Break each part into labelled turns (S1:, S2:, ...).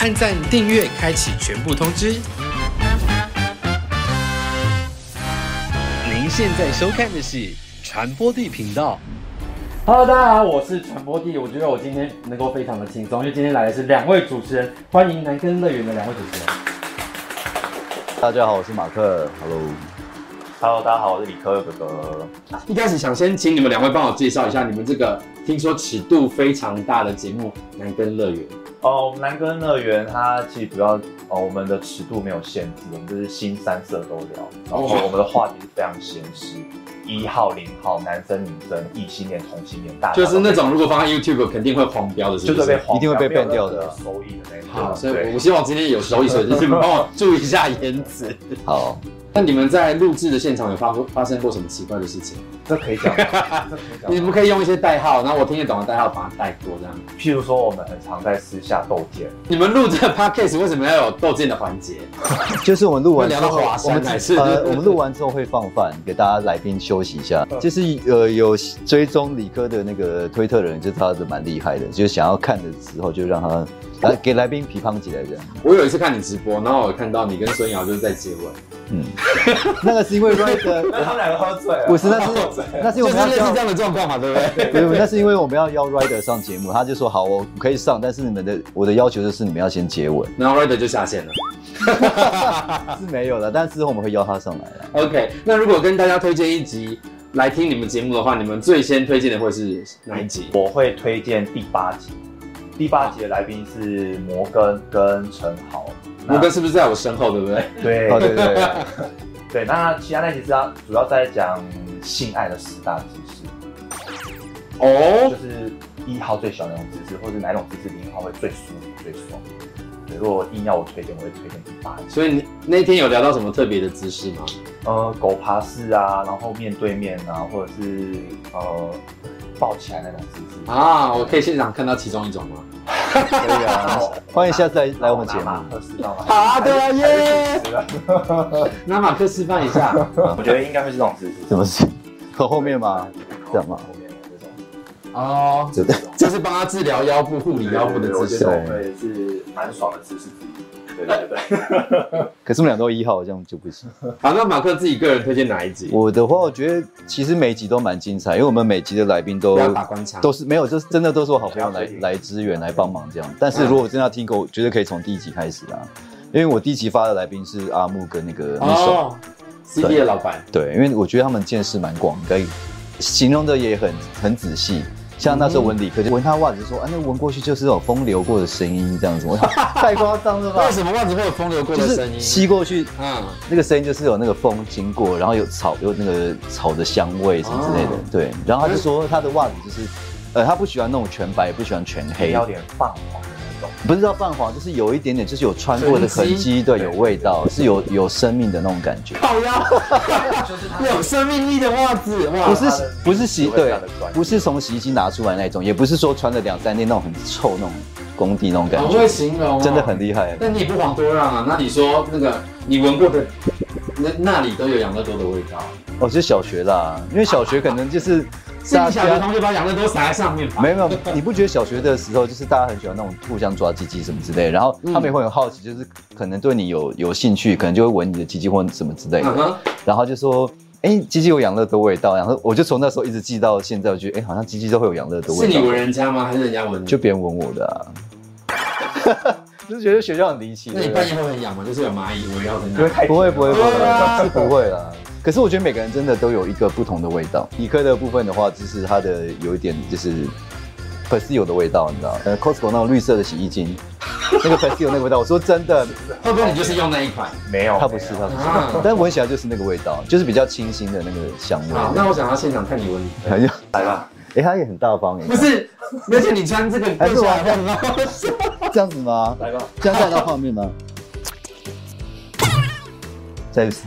S1: 按赞、订阅、开启全部通知。您现在收看的是传播地频道。
S2: Hello，大家好，我是传播帝。我觉得我今天能够非常的轻松，因为今天来的是两位主持人，欢迎南根乐园的两位主持人。
S3: 大家好，我是马克，Hello。Hello，大家好，我是理科哥哥。
S2: 一开始想先请你们两位帮我介绍一下你们这个听说尺度非常大的节目《南根乐园》。
S3: 哦，我们南根乐园它其实主要哦，我们的尺度没有限制，我们就是新三色都聊，然后我们的话题是非常闲适，一号、零号，男生、女生、异性恋、同性恋，大家都
S2: 就是那种如果放在 YouTube 肯定会黄标的，是
S3: 就
S2: 不
S3: 是
S2: 是
S3: 被？黄
S4: 一定会被 ban 掉的
S3: 没有任何收益的那种。
S2: 好，所以
S3: 对
S2: 我希望今天有收益，所以就是帮我注意一下言辞。
S4: 好，
S2: 那你们在录制的现场有发过发生过什么奇怪的事情？
S3: 这可以讲吗，这可以讲
S2: 你
S3: 吗。
S2: 们可以用一些代号，然后我听得懂的代号把它带过这样。
S3: 譬如说，我们很常在私下斗剑，
S2: 你们录这个 podcast 为什么要有斗剑的环节？
S4: 就是我们录完之
S2: 我们聊
S4: 后
S2: 到华，
S4: 我
S2: 山
S4: 们
S2: 还是
S4: 呃，我们录完之后会放饭给大家来宾休息一 下。就是呃，有追踪理科的那个推特的人，就是他的蛮厉害的，就是想要看的时候就让他来给来宾批判起来这样。
S2: 我有一次看你直播，然后我有看到你跟孙瑶就是在接吻，
S4: 嗯，那个是因为 Right
S3: 那他
S4: 的，
S3: 们两个喝醉了，
S4: 不是那 是那是因
S2: 就
S4: 为
S2: 是
S4: 我们
S2: 类似
S4: 要
S2: 这
S4: 邀
S2: 样的状况嘛，对不对？
S4: 不是，那是因为我们要邀 Rider 上节目，他就说好，我可以上，但是你们的我的要求就是你们要先接吻，
S2: 然后 Rider 就下线了。啊
S4: 是没有的，但之后我们会邀他上来了。
S2: OK，那如果跟大家推荐一集来听你们节目的话，你们最先推荐的会是哪一集？
S3: 我会推荐第八集。第八集的来宾是摩根跟陈豪。
S2: 摩根是不是在我身后，对不对？
S3: 对
S4: 哦，对对对。
S3: 对，那其他那集是要主要在讲性爱的十大知识，就
S2: 哦，
S3: 是一号最喜欢哪种姿势，或者哪种姿势零号会最舒服、最爽。对，如果硬要我推荐，我会推荐第八集。
S2: 所以你那天有聊到什么特别的姿势吗？
S3: 呃，狗爬式啊，然后面对面啊，或者是呃抱起来那种姿势。
S2: 啊，我可以现场看到其中一种吗？
S3: 可以啊，
S4: 欢迎下次来来我们节目。
S3: 目。知道吗？
S2: 好啊，对啊，耶！
S3: 是啊
S2: 那马克示范一下，
S3: 我觉得应该会是这种姿势。
S4: 怎么是？和后面吗？这样吗
S3: 后面这种。
S2: 哦，
S4: 这个
S2: 这是帮他治疗腰部、护理腰部的姿势。
S4: 对
S3: 对，是蛮爽的姿势之一。对对对，
S4: 可是我们俩都一号，这样就不行。
S2: 好，那马克自己个人推荐哪一集？
S4: 我的话，我觉得其实每集都蛮精彩，因为我们每集的来宾都
S2: 不要打官腔
S4: 都是没有，就是真的都是我好朋友
S3: 不要
S4: 来
S3: 客气
S4: 来支援来帮忙这样。但是如果真的要听过，我觉得可以从第一集开始啊，因为我第一集发的来宾是阿木跟那个 m i s
S2: 哦，CD 的老板，
S4: 对，因为我觉得他们见识蛮广，可以形容的也很很仔细。像那时候闻理科，就闻他袜子就说，啊，那闻过去就是有风流过的声音这样子，我想 太夸张了吧
S2: 为？什么袜子会有风流过
S4: 就
S2: 的声
S4: 是
S2: 音？
S4: 吸过去，
S2: 嗯，
S4: 那个声音就是有那个风经过，然后有草，有那个草的香味什么之类的。
S2: 哦
S4: 对，然后他就说他的袜子就是，呃，他不喜欢那种全白，也不喜欢全黑，
S3: 要点泛黄的那种。
S4: 不是到泛黄，就是有一点点，就是有穿过的痕
S2: 痕迹
S4: 迹，对，有味道，是有有生命的那种感觉。
S2: 好 呀，有生命力的袜子，哇，
S4: 不是不是洗
S3: 就会非
S4: 对
S3: 常的专，业
S4: 不是从洗衣机拿出来那种，也不是说穿了两三天那种很臭那种工地那种感
S2: 好
S4: 觉
S2: 会，形容、哦，
S4: 真的很。厉害。
S2: 但你也不遑多让啊。那你说那个你闻过的，那那里都有养乐多的味道，
S4: 我哦是小学啦，因为小学可能就是
S2: 是你小学同学把养乐多撒在上面吧？
S4: 没有没有，你不觉得小学的时候就是大家很喜欢那种互相抓鸡鸡什么之类的，然
S2: 嗯
S4: 后他们也会很好奇，就是可能对你有有兴趣，可能就会闻你的鸡鸡或什么之类
S2: 嗯
S4: 的，
S2: 哼，
S4: 然后就说。哎，鸡鸡有养乐多味道，然后我就从那时候一直记到现在，我觉得哎，好像鸡鸡都会有养乐多
S2: 是
S4: 味
S2: 你
S4: 道，
S2: 闻人家吗？还是人家闻你？
S4: 就别人闻我的、啊， 就是觉得学校很离奇。
S2: 那你
S4: 对不对
S2: 半夜会很痒吗？就是有蚂蚁围绕着你
S3: 因。为太
S4: 不会不会不
S2: 对啊
S4: 会，是不会啦。可是我觉得每个人真的都有一个不同的味道。理科的部分的话，就是它的有一点就是 Persil 的味道，你知道？呃，Costco 那种绿色的洗衣精，那个 Persil 那个味道。我说真的，
S2: 会不会你就是用那一款？
S3: 没有，
S4: 它不是
S3: 没有
S4: 它不
S2: 啊
S4: 是，但闻起来就是那个味道，就是比较清新的那个香
S2: 好，那
S4: 味。
S2: 我想要现场看你闻。
S4: 很有，
S3: 来吧，
S4: 哎，它也很大方哎
S2: 不，是，而且你穿 这个
S4: 还是
S2: 跪下来
S4: 我
S2: 会很好笑。
S4: 这样子吗？
S3: 来吧，
S4: 这样带到画面吗？再一次，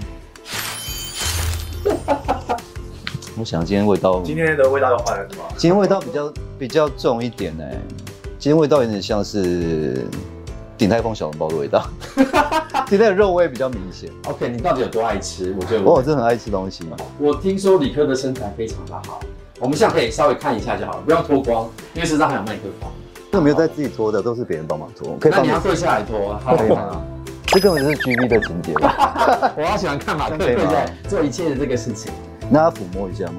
S4: 我想今天味道
S3: 今天的味道又换了是吗？
S4: 今天味道比较比较重一点呢、今天味道有点像是鼎泰丰小笼包的味 道，今天的肉味比较明显。
S2: OK，你到底有多爱吃？我就
S4: 不过我真的很爱吃东西嘛，
S2: 我听说理科 的身材非常的好，我们现在可以稍微看一下就好了，不要脱光，因为身上还有麦克风。
S4: 这个没有在自己拖的，都是别人帮忙拖。可以
S2: 那
S4: 帮
S2: 你要
S4: 忙，
S2: 跪下来脱啊！
S4: 可以 吗？这根本就是 G V 的情节吧？
S2: 我好喜欢看马克跪下来做一切的这个事情。
S4: 那他抚摸一下嘛。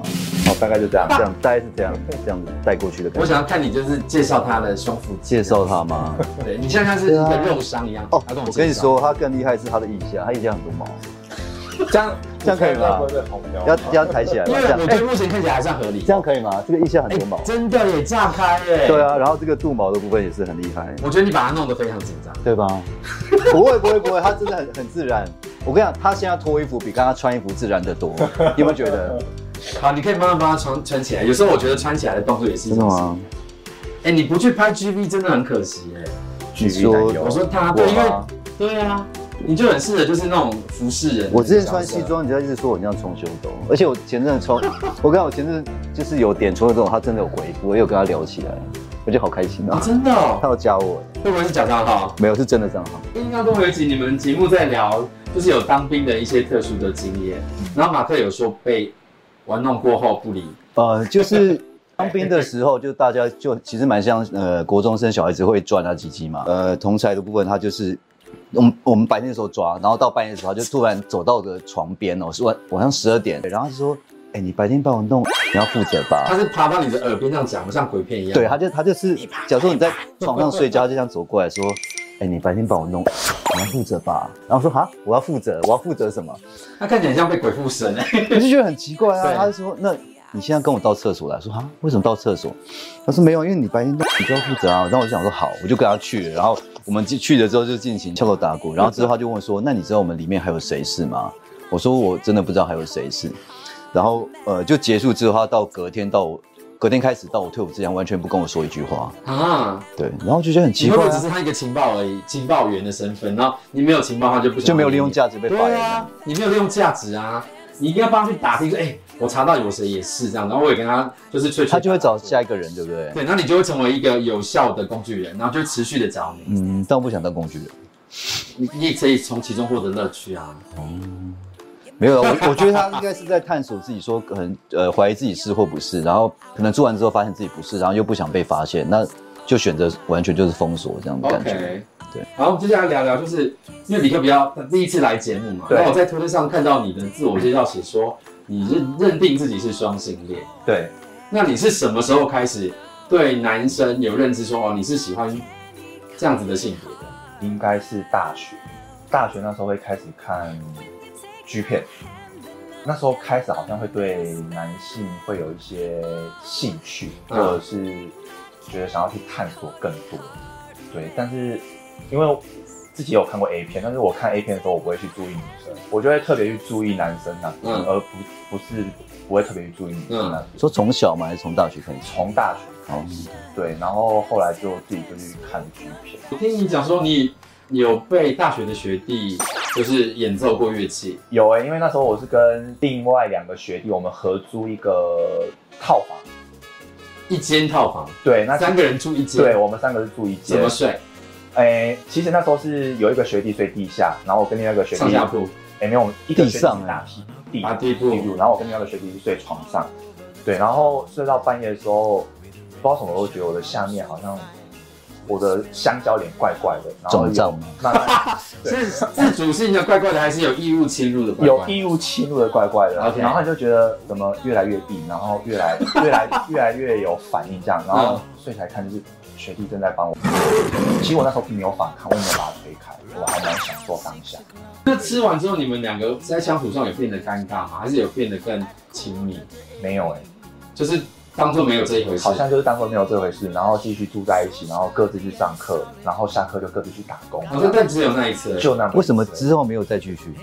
S4: 好，大概就这样，这样大概是这样，这样带过去的感
S2: 我
S4: 觉。
S2: 想要看你就是介绍他的胸腹肌，
S4: 介绍他吗？
S2: 对你像他是一个肉伤一样。
S4: 哦
S2: 他，
S4: 我
S2: 介绍
S4: 跟你，说，他更厉害是他的腋下，他腋下很多毛，
S2: 这样，
S4: 这样可以吗
S3: 会？不会跑掉？
S4: 要要抬起来
S2: 因
S4: 吗？
S2: 为
S4: 这样
S2: 我觉得目前看起来还算合理。
S4: 这样可以吗？这个腋下很
S2: 哎
S4: 多毛，
S2: 真的也炸开哎！
S4: 对，啊，然后这个肚毛的部分也是很厉害，
S2: 我觉得你把他弄得非常紧张。
S4: 对吧？ 不会不会不会，他真的很很自然。我跟你讲，他现在脱衣服比刚刚穿衣服自然的多，你有没有觉得？
S2: 好，你可以慢慢帮他穿穿起来。有时候我觉得穿起来的动作也是 一
S4: 真的
S2: 种。
S4: 吗？
S2: 哎，你不去拍 G V 真的很可惜哎。
S4: 你
S3: 有
S2: 我
S4: 说，
S2: 说他对，因为对啊，你就很适合就是那种服侍人。
S4: 我之前穿西，装，你就一直说我像冲胸斗，而且我前阵子穿，我刚我前阵子就是有点冲胸斗，他真的有回复，我有跟他聊起来，我就好开心
S2: 啊
S4: 啊，
S2: 真的哦
S4: 他，要加我，
S2: 会不会是假账号？
S4: 没有是真的账号，
S2: 印象中有一集你们节目在聊，就是有当兵的一些特殊的经验，然后马克有说被玩弄过后不理，
S4: 呃，就是。当兵的时候，就大家就其实蛮像呃，国中生小孩子会转啊鸡鸡嘛。呃，同才的部分，他就是我们我们白天的时候抓，然后到半夜的时候，他就突然走到我的床边哦，是晚晚上十二点，然后他就说：“哎、你白天帮我弄，你要负责吧。”
S2: 他是爬到你的耳边这样讲，像鬼片一样。
S4: 对，他就他就是，假如说你在床上睡觉，他就这样走过来说：“哎、你白天帮我弄，你要负责吧。”然后说：“哈，我要负责，我要负责什么
S2: 他看起来很像被鬼附身哎、？”
S4: 我就觉得很奇怪啊。
S2: 对
S4: 他就说：“那你现在跟我到厕所来。”说：“哈，为什么到厕所？”他说：“没有，因为你白天弄，你就要负责啊。”然后我就想说：“好，我就跟他去了。”然后我们进去了之后就进行敲锣打鼓，然后之后他就问我说：“那你知道我们里面还有谁是吗？”我说：“我真的不知道还有谁是。”然后呃，就结束之后，他到隔天到我隔天开始到我退伍之前，完全不跟我说一句话。
S2: 啊，
S4: 对，然后就觉得很
S2: 你
S4: 奇
S2: 会不
S4: 怪、
S2: 会只
S4: 啊
S2: 是，他一个情报而已，情报员的身份，然后你没有情报他就不想
S4: 就没有利用价值被
S2: 值
S4: 发
S2: 对
S4: 现。
S2: 啊，你没有利用价值啊，你一定要帮他去打听说，哎、我查到有谁也是这样，然后我也跟他就是吹吹，
S4: 他就会找下一个人，对不对？
S2: 对，然后你就会成为一个有效的工具人，然后就持续的找你。
S4: 嗯，但我不想当工具人。
S2: 你你也可以从其中获得乐趣啊。
S4: 没有，啊我 我觉得他应该是在探索自己，说可能呃怀疑自己是或不是，然后可能做完之后发现自己不是，然后又不想被发现，那就选择完全就是封锁这样的感觉。
S2: OK，
S4: 对。
S2: 好，我们接下来聊聊，就是因为李克比较第一次来节目嘛，
S3: 对
S2: 然后我在推特上看到你的自我介绍写说你认认定自己是双性恋，
S3: 对，
S2: 那你是什么时候开始对男生有认知说哦你是喜欢这样子的性别的？
S3: 应该是大学，大学那时候会开始看 G 片，那时候开始好像会对男性会有一些兴趣，或
S2: 嗯
S3: 者是觉得想要去探索更多。对，但是因为自己有看过 A 片，但是我看 A 片的时候，我不会去注意女生，我就会特别去注意男生那边，
S2: 嗯
S3: 而不不是不会特别去注意女生那边。
S4: 说从小嘛，还是从大学开始？
S3: 从大学
S2: 哦
S3: 开始，对，然后后来就自己就去看 G 片。
S2: 我听你讲说你有被大学的学弟就是演奏过乐器，
S3: 有哎、因为那时候我是跟另外两个学弟，我们合租一个套房。
S2: 一间套房，
S3: 对，那
S2: 三个人住一间，
S3: 啊对，我们三个是住一
S2: 怎
S3: 间
S2: 么。睡？
S3: 哎、其实那时候是有一个学弟睡地下，然后我跟另外一个学弟
S2: 上下铺，
S3: 哎、没有，我们一个学弟
S4: 地上
S3: 是
S4: 哎
S3: 打屁地
S2: 打地铺
S3: 地然后我跟另外一个学弟是睡床上。对，然后睡到半夜的时候，不知道什么，我觉得我的下面好像我的香蕉脸怪怪的，然后有
S4: 肿胀吗
S3: 慢慢对
S2: 是自主性的怪怪的，还是有异物侵入的怪
S3: 有
S2: 怪？
S3: 异物侵入的怪怪的
S2: OK
S3: 然后你就觉得怎么越来越硬，然后越来越 来越来越有反应这样，然
S4: 嗯
S3: 后睡起来看就是学弟正在帮我，其实我那时候并没有反抗，我也没有把他推开，我还蛮享受当下。
S2: 那吃完之后，你们两个在相处上有变得尴尬吗？还是有变得更亲密？
S3: 没有哎、
S2: 就是当做没有这一回事
S3: 好。像就是当做没有这回事，然后继续住在一起，然后各自去上课，然后下课就各自去打工，
S2: 好像但只有那一次而已。
S3: 就那么一次
S4: 哦为什么之后没有再继续？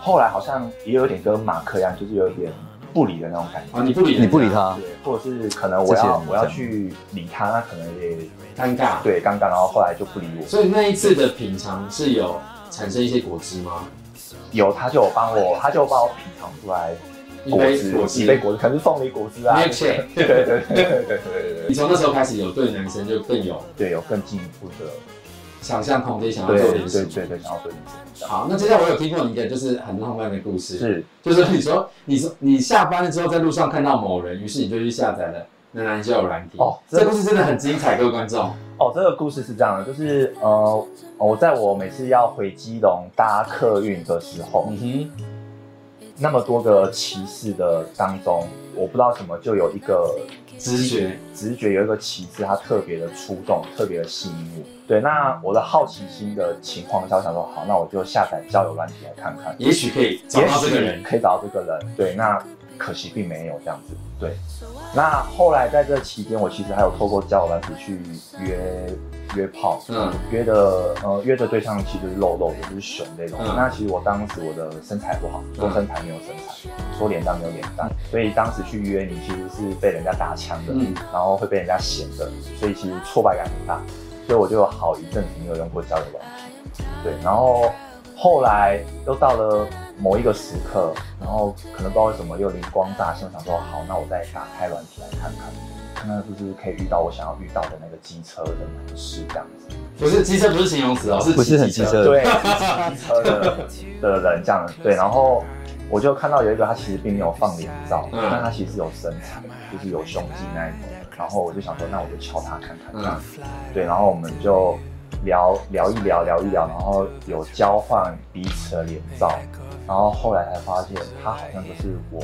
S3: 后来好像也有点跟马克一样，就是有一点不理的那种感觉。
S2: 啊，你不理人家
S4: 你不理，他，
S3: 对，或者是可能
S4: 哦
S3: 我
S4: 这些
S3: 要
S4: 人
S3: 我要
S4: 这样
S3: 去理他，那可能也
S2: 尴尬。。
S3: 对尴尬，然后后来就不理我。
S2: 所以那一次的品尝是有产生一些果汁吗？
S3: 有，他就有帮我，他就帮我品尝出来
S2: 一
S3: 果
S2: 杯
S3: 汁，
S2: 果汁，
S3: 一杯果汁，可能是凤梨果汁啊。
S2: Milkshake
S3: 对对对对对对对对，
S2: 你从那时候开始有对男生就更有
S3: 对有更进一步的，
S2: 想象空间，想要
S3: 对
S2: 做
S3: 对
S2: 点什
S3: 对对
S2: 么。
S3: 对，然后对你
S2: 好，那接下来我有听过你一个就是很浪漫的故事，
S3: 是
S2: 就是你说你说你下班了之后在路上看到某人，于是你就去下载了。男男交友软体。
S3: 哦
S2: 这故事真的很精彩，各位观众。
S3: 哦，这个故事是这样的，就是呃，我在我每次要回基隆搭客运的时候，
S2: 嗯哼，
S3: 那么多个骑士的当中，我不知道什么就有一个
S2: 直觉，
S3: 直觉有一个骑士，他特别的出众，特别的吸引我。对，那我的好奇心的情况下，我想说好，那我就下载交友软体来看看，
S2: 也许可以找到这个
S3: 也许
S2: 人。
S3: 可以找到这个人。对，那可惜并没有这样子。对，那后来在这期间，我其实还有透过交友软体去约约炮，
S2: 嗯
S3: 约的呃约的对象其实就是肉肉，也就是熊这种。
S2: 嗯
S3: 那其实我当时我的身材不好，说身材没有身材，说脸蛋没有脸蛋，所以当时去约你其实是被人家打枪的，
S2: 嗯
S3: 然后会被人家嫌的，所以其实挫败感很大。所以我就有好一阵子没有用过交友软体，对，然后后来又到了某一个时刻，然后可能不知道为什么又灵光乍现，我想说好，那我再打开软体来看看，看看是不是可以遇到我想要遇到的那个机车的男士这样子。
S2: 不是机车，不是形容词哦，是
S4: 不是很
S2: 机
S4: 机车
S3: 对，骑车的呃的人这样子，对，然后我就看到有一个他其实并没有放脸照，
S2: 嗯
S3: 但他其实有身材，就是有胸肌那一种的，然后我就想说，那我就敲他看看，这
S2: 嗯
S3: 样子对，然后我们就聊聊一聊，聊一聊，然后有交换彼此的脸照，然后后来才发现他好像就是我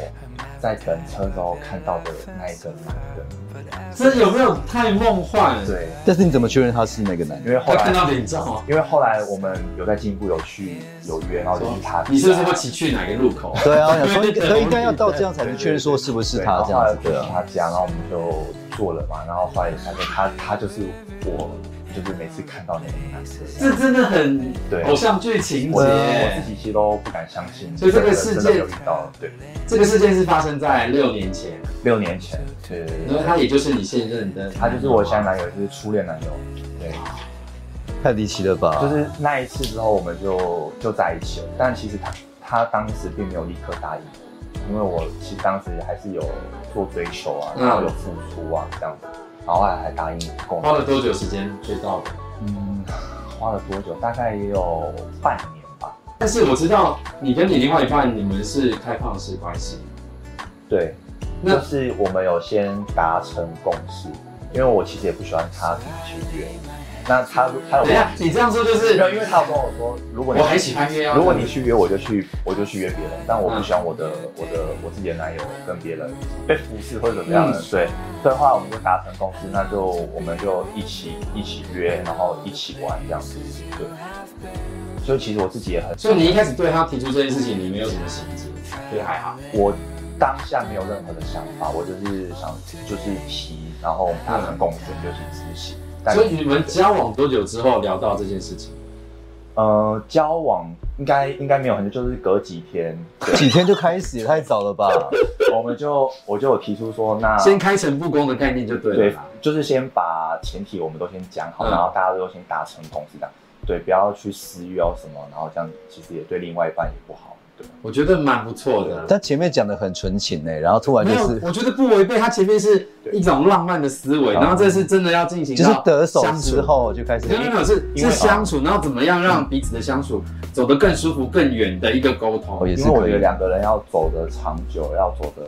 S3: 在等车时候看到的那一个男人，
S2: 这有没有太梦幻？，
S3: 对，
S4: 但是你怎么确认他是那个男人？
S3: 因为后
S2: 他看
S3: 来。
S2: 到脸照，
S3: 因为后来我们有在进一步有去有约，然后就去他家。
S2: 你是不是会骑去哪个路口？
S4: 对啊，我 想说应该应该要到这样才能确认说是不是
S3: 对
S4: 他这
S3: 然后后
S4: 样
S3: 来
S4: 子，
S3: 就
S4: 对
S3: 去
S4: 啊。
S3: 他家，然后我们就做了嘛，然后后来发现他他就是我，就是每次看到那个男生，
S2: 这真的很
S3: 对
S2: 偶像剧情
S3: 我我
S2: 节。
S3: 自己其实都不敢相信，
S2: 所以这
S3: 真
S2: 个
S3: 的
S2: 世界
S3: 真的有遇到，对，
S2: 这个事件是发生在六年前，
S3: 六年前，对对对
S2: 因为
S3: 对，
S2: 他也就是你现任的，
S3: 他就是我现在男友，就是初恋男友，对，
S4: 啊太离奇了吧？
S3: 就是那一次之后我们就就在一起了，但其实他他当时并没有立刻答应我，因为我其实当时还是有做追求啊，
S2: 嗯
S3: 然后有付出啊这样子，然后后来还答应跟我
S2: 花了多久时间追到的？
S3: 嗯，花了多久？大概也有半年吧。
S2: 但是我知道你跟你另外一半，你们是开放式关系，
S3: 对，
S2: 那
S3: 就是我们有先达成共识，因为我其实也不喜欢他自己去约。那他他有
S2: 等一
S3: 跟
S2: 下，你这样说就
S3: 我没
S2: 是
S3: 有，因为他有跟我说，如果你
S2: 我还喜欢约啊。啊
S3: 如果你去约，我就去我就去约别人，但我不喜欢我的、我的我自己的男友跟别人被服侍或者怎么样的。
S2: 嗯
S3: 对，所以后来我们就达成共识，那就我们就一起一起约，然后一起玩这样子。对，所以其实我自己也很
S2: 所以你一开始对他提出这件事情，你没有什么心机，觉得还好。
S3: 我当下没有任何的想法，我就是想就是提，然后达成共识就去执行。但
S2: 嗯所以你们交往多久之后聊到这件事情？
S3: 呃，交往应该应该没有很久，就是隔几天，
S4: 几天就开始也太早了吧？
S3: 我们就我就有提出说，那
S4: 啊
S2: 先开诚布公的概念就对了
S3: 对
S2: 啦。，
S3: 就是先把前提我们都先讲好，
S2: 嗯
S3: 然后大家都先达成共识，这样对，不要去私约哦什么，然后这样其实也对另外一半也不好，对。
S2: 我觉得蛮不错的。
S4: 但前面讲的很纯情哎、然后突然
S2: 没
S4: 就
S2: 有
S4: 是，啊
S2: 我觉得不违背。他前面是一种浪漫的思维，
S3: 对
S2: 然后这是真的要进行
S4: 就是
S2: 到
S4: 得手
S2: 相处
S4: 之。后啊就开始
S2: 没有没有没有，是
S3: 因为
S2: 是相处，然后怎么样让彼此的相处走得更舒服、更远的一个沟
S4: 哦
S2: 通。
S4: 也
S3: 因
S4: 是
S3: 为我
S4: 可
S3: 觉得
S4: 以。
S3: 两个人要走的长久，要走的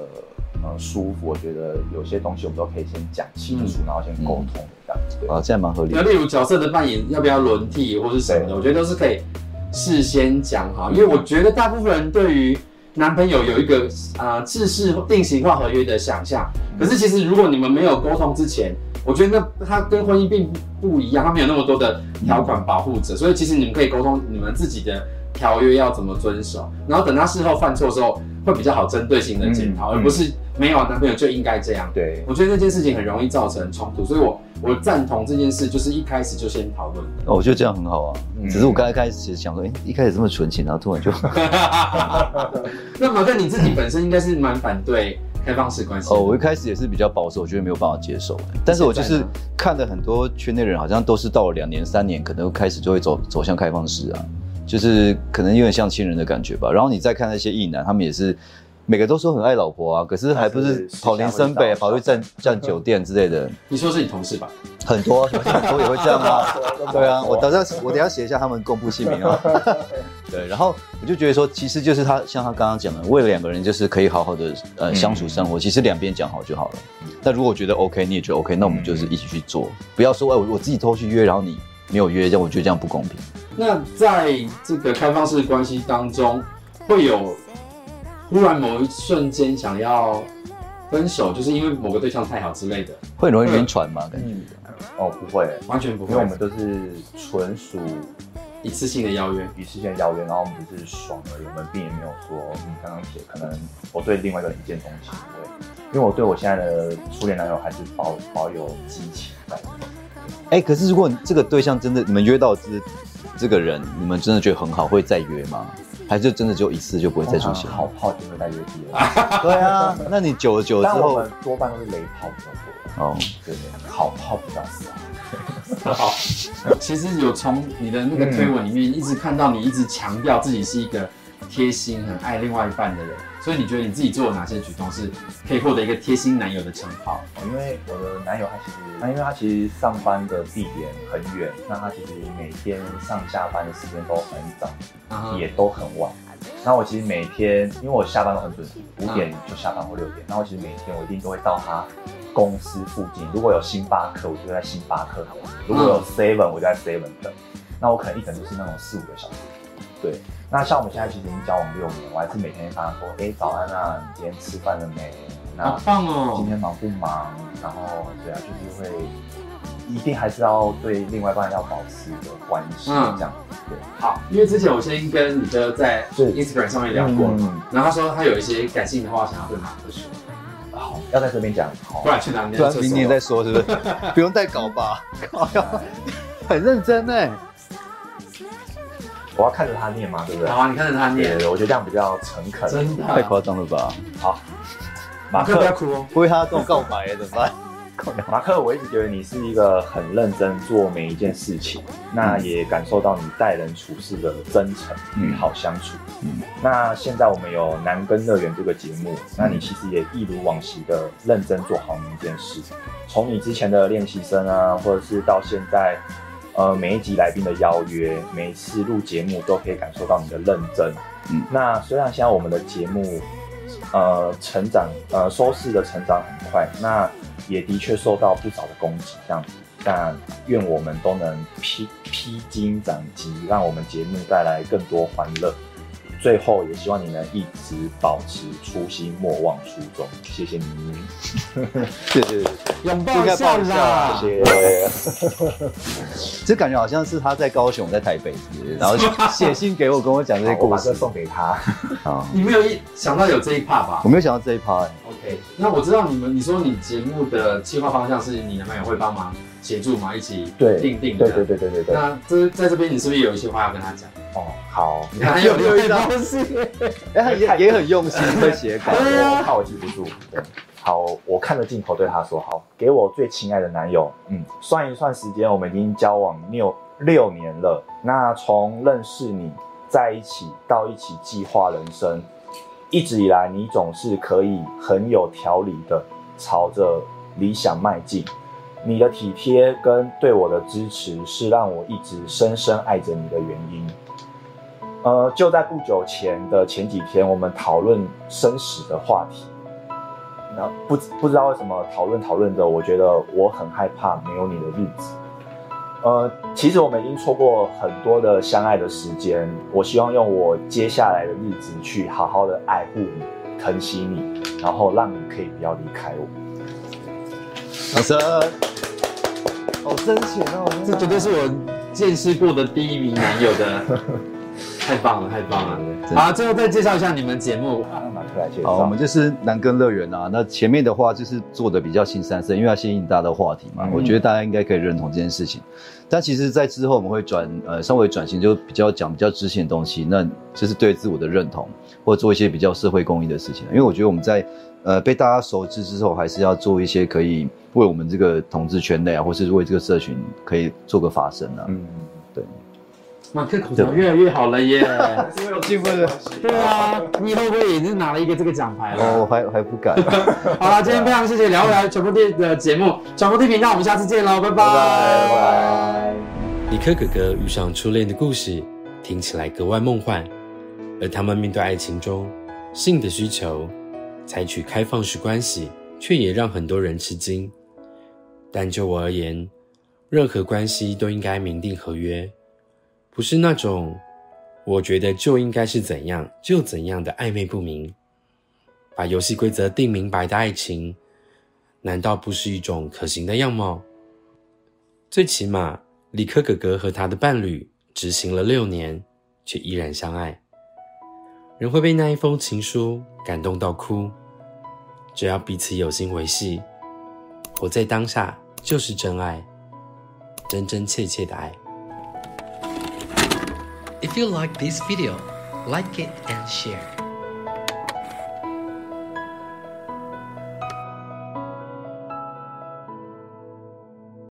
S3: 呃舒服，我觉得有些东西我们都可以先讲清
S4: 嗯
S3: 楚，然后先沟通这样。对，
S4: 啊，这样蛮合理
S2: 那
S4: 的。
S2: 例如角色的扮演要不要轮替或是什么的，
S3: 对
S2: 我觉得都是可以事先讲好，因为我觉得大部分人对于男朋友有一个啊制式定型化合约的想象，可是其实如果你们没有沟通之前，我觉得那它跟婚姻并不一样，它没有那么多的条款保护着，所以其实你们可以沟通你们自己的条约要怎么遵守，然后等他事后犯错的时候会比较好针对性的检讨，
S3: 嗯
S2: 而不是没有啊男朋友就应该这样。
S3: 对
S2: 我觉得这件事情很容易造成冲突，所以我我赞同这件事，就是一开始就先讨论。
S4: 哦，我觉得这样很好啊。
S3: 嗯
S4: 只是我刚才开始想说，哎、一开始这么纯情，然后突然就，
S2: 那马克你自己本身应该是蛮反对开放式关系的，
S4: 哦，我一开始也是比较保守，我觉得没有办法接受。但是我就
S2: 现
S4: 是
S2: 在呢
S4: 看了很多圈内人，好像都是到了两年、三年，可能开始就会走走向开放式啊，就是可能有点像亲人的感觉吧。然后你再看那些异男，他们也是。每个都说很爱老婆啊，可是还不
S3: 但是
S4: 是
S3: 私下
S4: 跑林森北，
S3: 会找
S4: 跑去占占酒店之类的。
S2: 你说是你同事吧？
S4: 很 多很多也会这样啊，对啊，我等下我等下写一下他们公布姓名 啊。对，然后我就觉得说，其实就是他像他刚刚讲的，为了两个人就是可以好好的
S3: 嗯
S4: 呃相处生活，其实两边讲好就好了。那如果我觉得 OK，你也觉得 OK，那我们就是一起去做，
S3: 嗯
S4: 不要说哎我我自己偷去约，然后你没有约，这样我觉得这样不公平。
S2: 那在这个开放式关系当中，会有忽然某一瞬间想要分手，就是因为某个对象太好之类的，
S4: 会很容易晕船
S3: 嗯
S4: 嘛？感觉
S3: 哦，不会、欸，
S2: 完全不会。
S3: 因为我们都是纯属
S2: 一次性的邀约，
S3: 一次性邀约，然后我们只是爽而已，我们并也没有说你刚刚写，可能我对另外一个人一见钟情，对，因为我对我现在的初恋男友还是保保有激情在。
S4: 哎、可是如果你这个对象真的你们约到这这个人，你们真的觉得很好，会再约吗？还是就真的就一次就不会再出现？
S3: 哦好炮就会在约第二，
S4: 对啊，那你久了久了
S3: 但
S4: 之
S3: 我
S4: 后
S3: 们，多半都是雷炮比较多，
S4: 哦，
S3: 对对，好炮比较少。
S2: 其实有从你的那个推文里面一直看到你一直强调自己是一个贴心、很爱另外一半的人，所以你觉得你自己做了哪些举动是可以获得一个贴心男友的称号？
S3: 哦因为我的男友他其实，那因为他其实上班的地点很远，那他其实每天上下班的时间都很早，
S2: 啊
S3: 也都很晚。那我其实每天，因为我下班都很准时，五点就下班或六点。那我其实每天我一定都会到他公司附近，如果有星巴克，我就在星巴克等；如果有 Seven，我就在 Seven 等。那我可能一等就是那种四五个小时。对，那像我们现在其实已经交往六年，我还是每天跟他说：“哎、早安啊，你今天吃饭了没？”那
S2: 好棒
S3: 今
S2: 哦！
S3: 天忙不忙？然后对啊，就是会一定还是要对另外一半要保持一个关系，
S2: 嗯
S3: 这样对。
S2: 好，因为之前我先跟你哥在
S3: 是嗯
S2: Instagram 上面聊过，然后他说他有一些感性的话想要对马哥说，
S3: 好，要在这边讲好
S2: 不。然去哪里？
S4: 突然明年再说是不 是？不用再搞吧， 靠，很认真哎、
S3: 我要看着他念嘛，对不对
S2: 好？啊，你看着他
S3: 对对
S2: 念，
S3: 对，我觉得这样比较诚恳。
S2: 真
S4: 太
S2: 的，
S4: 夸张了吧？
S3: 马
S2: 哥不要
S3: 克，
S2: 哭哦。
S4: 不会他跟我告白、怎么办？
S3: 马克，我一直觉得你是一个很认真做每一件事情，
S4: 嗯
S3: 那也感受到你待人处事的真诚与好相处。
S4: 嗯
S3: 那现在我们有南根乐园这个节目，那你其实也一如往昔的认真做好每一件事，从你之前的练习生啊，或者是到现在，呃，每一集来宾的邀约，每一次录节目都可以感受到你的认真。
S4: 嗯
S3: 那虽然现在我们的节目，呃，成长，呃，收视的成长很快，那也的确受到不少的攻击，这样子。但愿我们都能披披荆斩棘，让我们节目带来更多欢乐。最后也希望你能一直保持初心，莫忘初衷。谢谢你，
S4: 对对对，
S2: 拥抱一下啦！
S3: 谢谢。
S4: 这感觉好像是他在高雄，我在台北，是不是然后 写信给我，跟我讲这些
S3: 好我
S4: 故
S3: 把
S4: 事
S3: 这送给他。
S4: 啊。
S2: 你没有一想到有这一趴吧
S4: 我没有想到这一趴、欸，
S2: ？OK，那我知道你们，你说你节目的计划方向是你男朋友会帮忙协助嘛，一起
S3: 对
S2: 定定的。
S3: 对对对对对对。
S2: 那这在这边，你是不是有一些话要跟他讲？
S3: 哦，好。
S2: 你看还有留意到，
S4: 哎、他也也很用心会写 稿，
S2: 对啊
S3: 我怕我记不住。对，啊好，我看着镜头对他说：“好，给我最亲爱的男友，嗯，算一算时间，我们已经交往六六年了。那从认识你在一起到一起计划人生，一直以来你总是可以很有条理的朝着理想迈进。”你的体贴跟对我的支持是让我一直深深爱着你的原因。呃，就在不久前的前几天，我们讨论生死的话题。那不不知道为什么讨论讨论着，我觉得我很害怕没有你的日子。呃，其实我们已经错过很多的相爱的时间。我希望用我接下来的日子去好好的爱护你、疼惜你，然后让你可以不要离开我。
S4: 掌声。好深情哦，
S2: 这绝对是我见识过的第一名男友的，太棒了，太棒了！好，最后再介绍一下你们节目，
S3: 让马克来介绍。
S4: 好，我们就是南根乐园啊。那前面的话就是做的比较新三色，因为要吸引大家的话题嘛。
S3: 嗯
S4: 我觉得大家应该可以认同这件事情。但其实，在之后我们会转呃稍微转型，就比较讲比较知性的东西，那就是对自我的认同，或者做一些比较社会公益的事情。因为我觉得我们在呃被大家熟知之后，还是要做一些可以为我们这个统治圈内啊，或是为这个社群可以做个发声啊。
S3: 嗯，
S4: 对，
S5: 马克口条越来越好了耶！
S3: 是因为有
S4: 兴奋了
S5: 对啊，你以后会不会也是拿了一个这个奖牌
S4: 哦，我
S5: 了？
S4: 还还不敢。
S5: 好了，今天非常谢谢聊聊传播地的节目，传播地频道，我们下次见喽，拜拜。
S3: 拜拜。
S2: 理科哥哥遇上初恋的故事，听起来格外梦幻。而他们面对爱情中性的需求，采取开放式关系，却也让很多人吃惊。但就我而言，任何关系都应该明定合约，不是那种我觉得就应该是怎样就怎样的暧昧不明。把游戏规则定明白的爱情，难道不是一种可行的样貌？最起码，理科哥哥和他的伴侣执行了六年，却依然相爱。人会被那一封情书感动到哭，只要彼此有心维系，活在当下就是真爱，真真切切的爱。
S1: If you like this video, like it and share.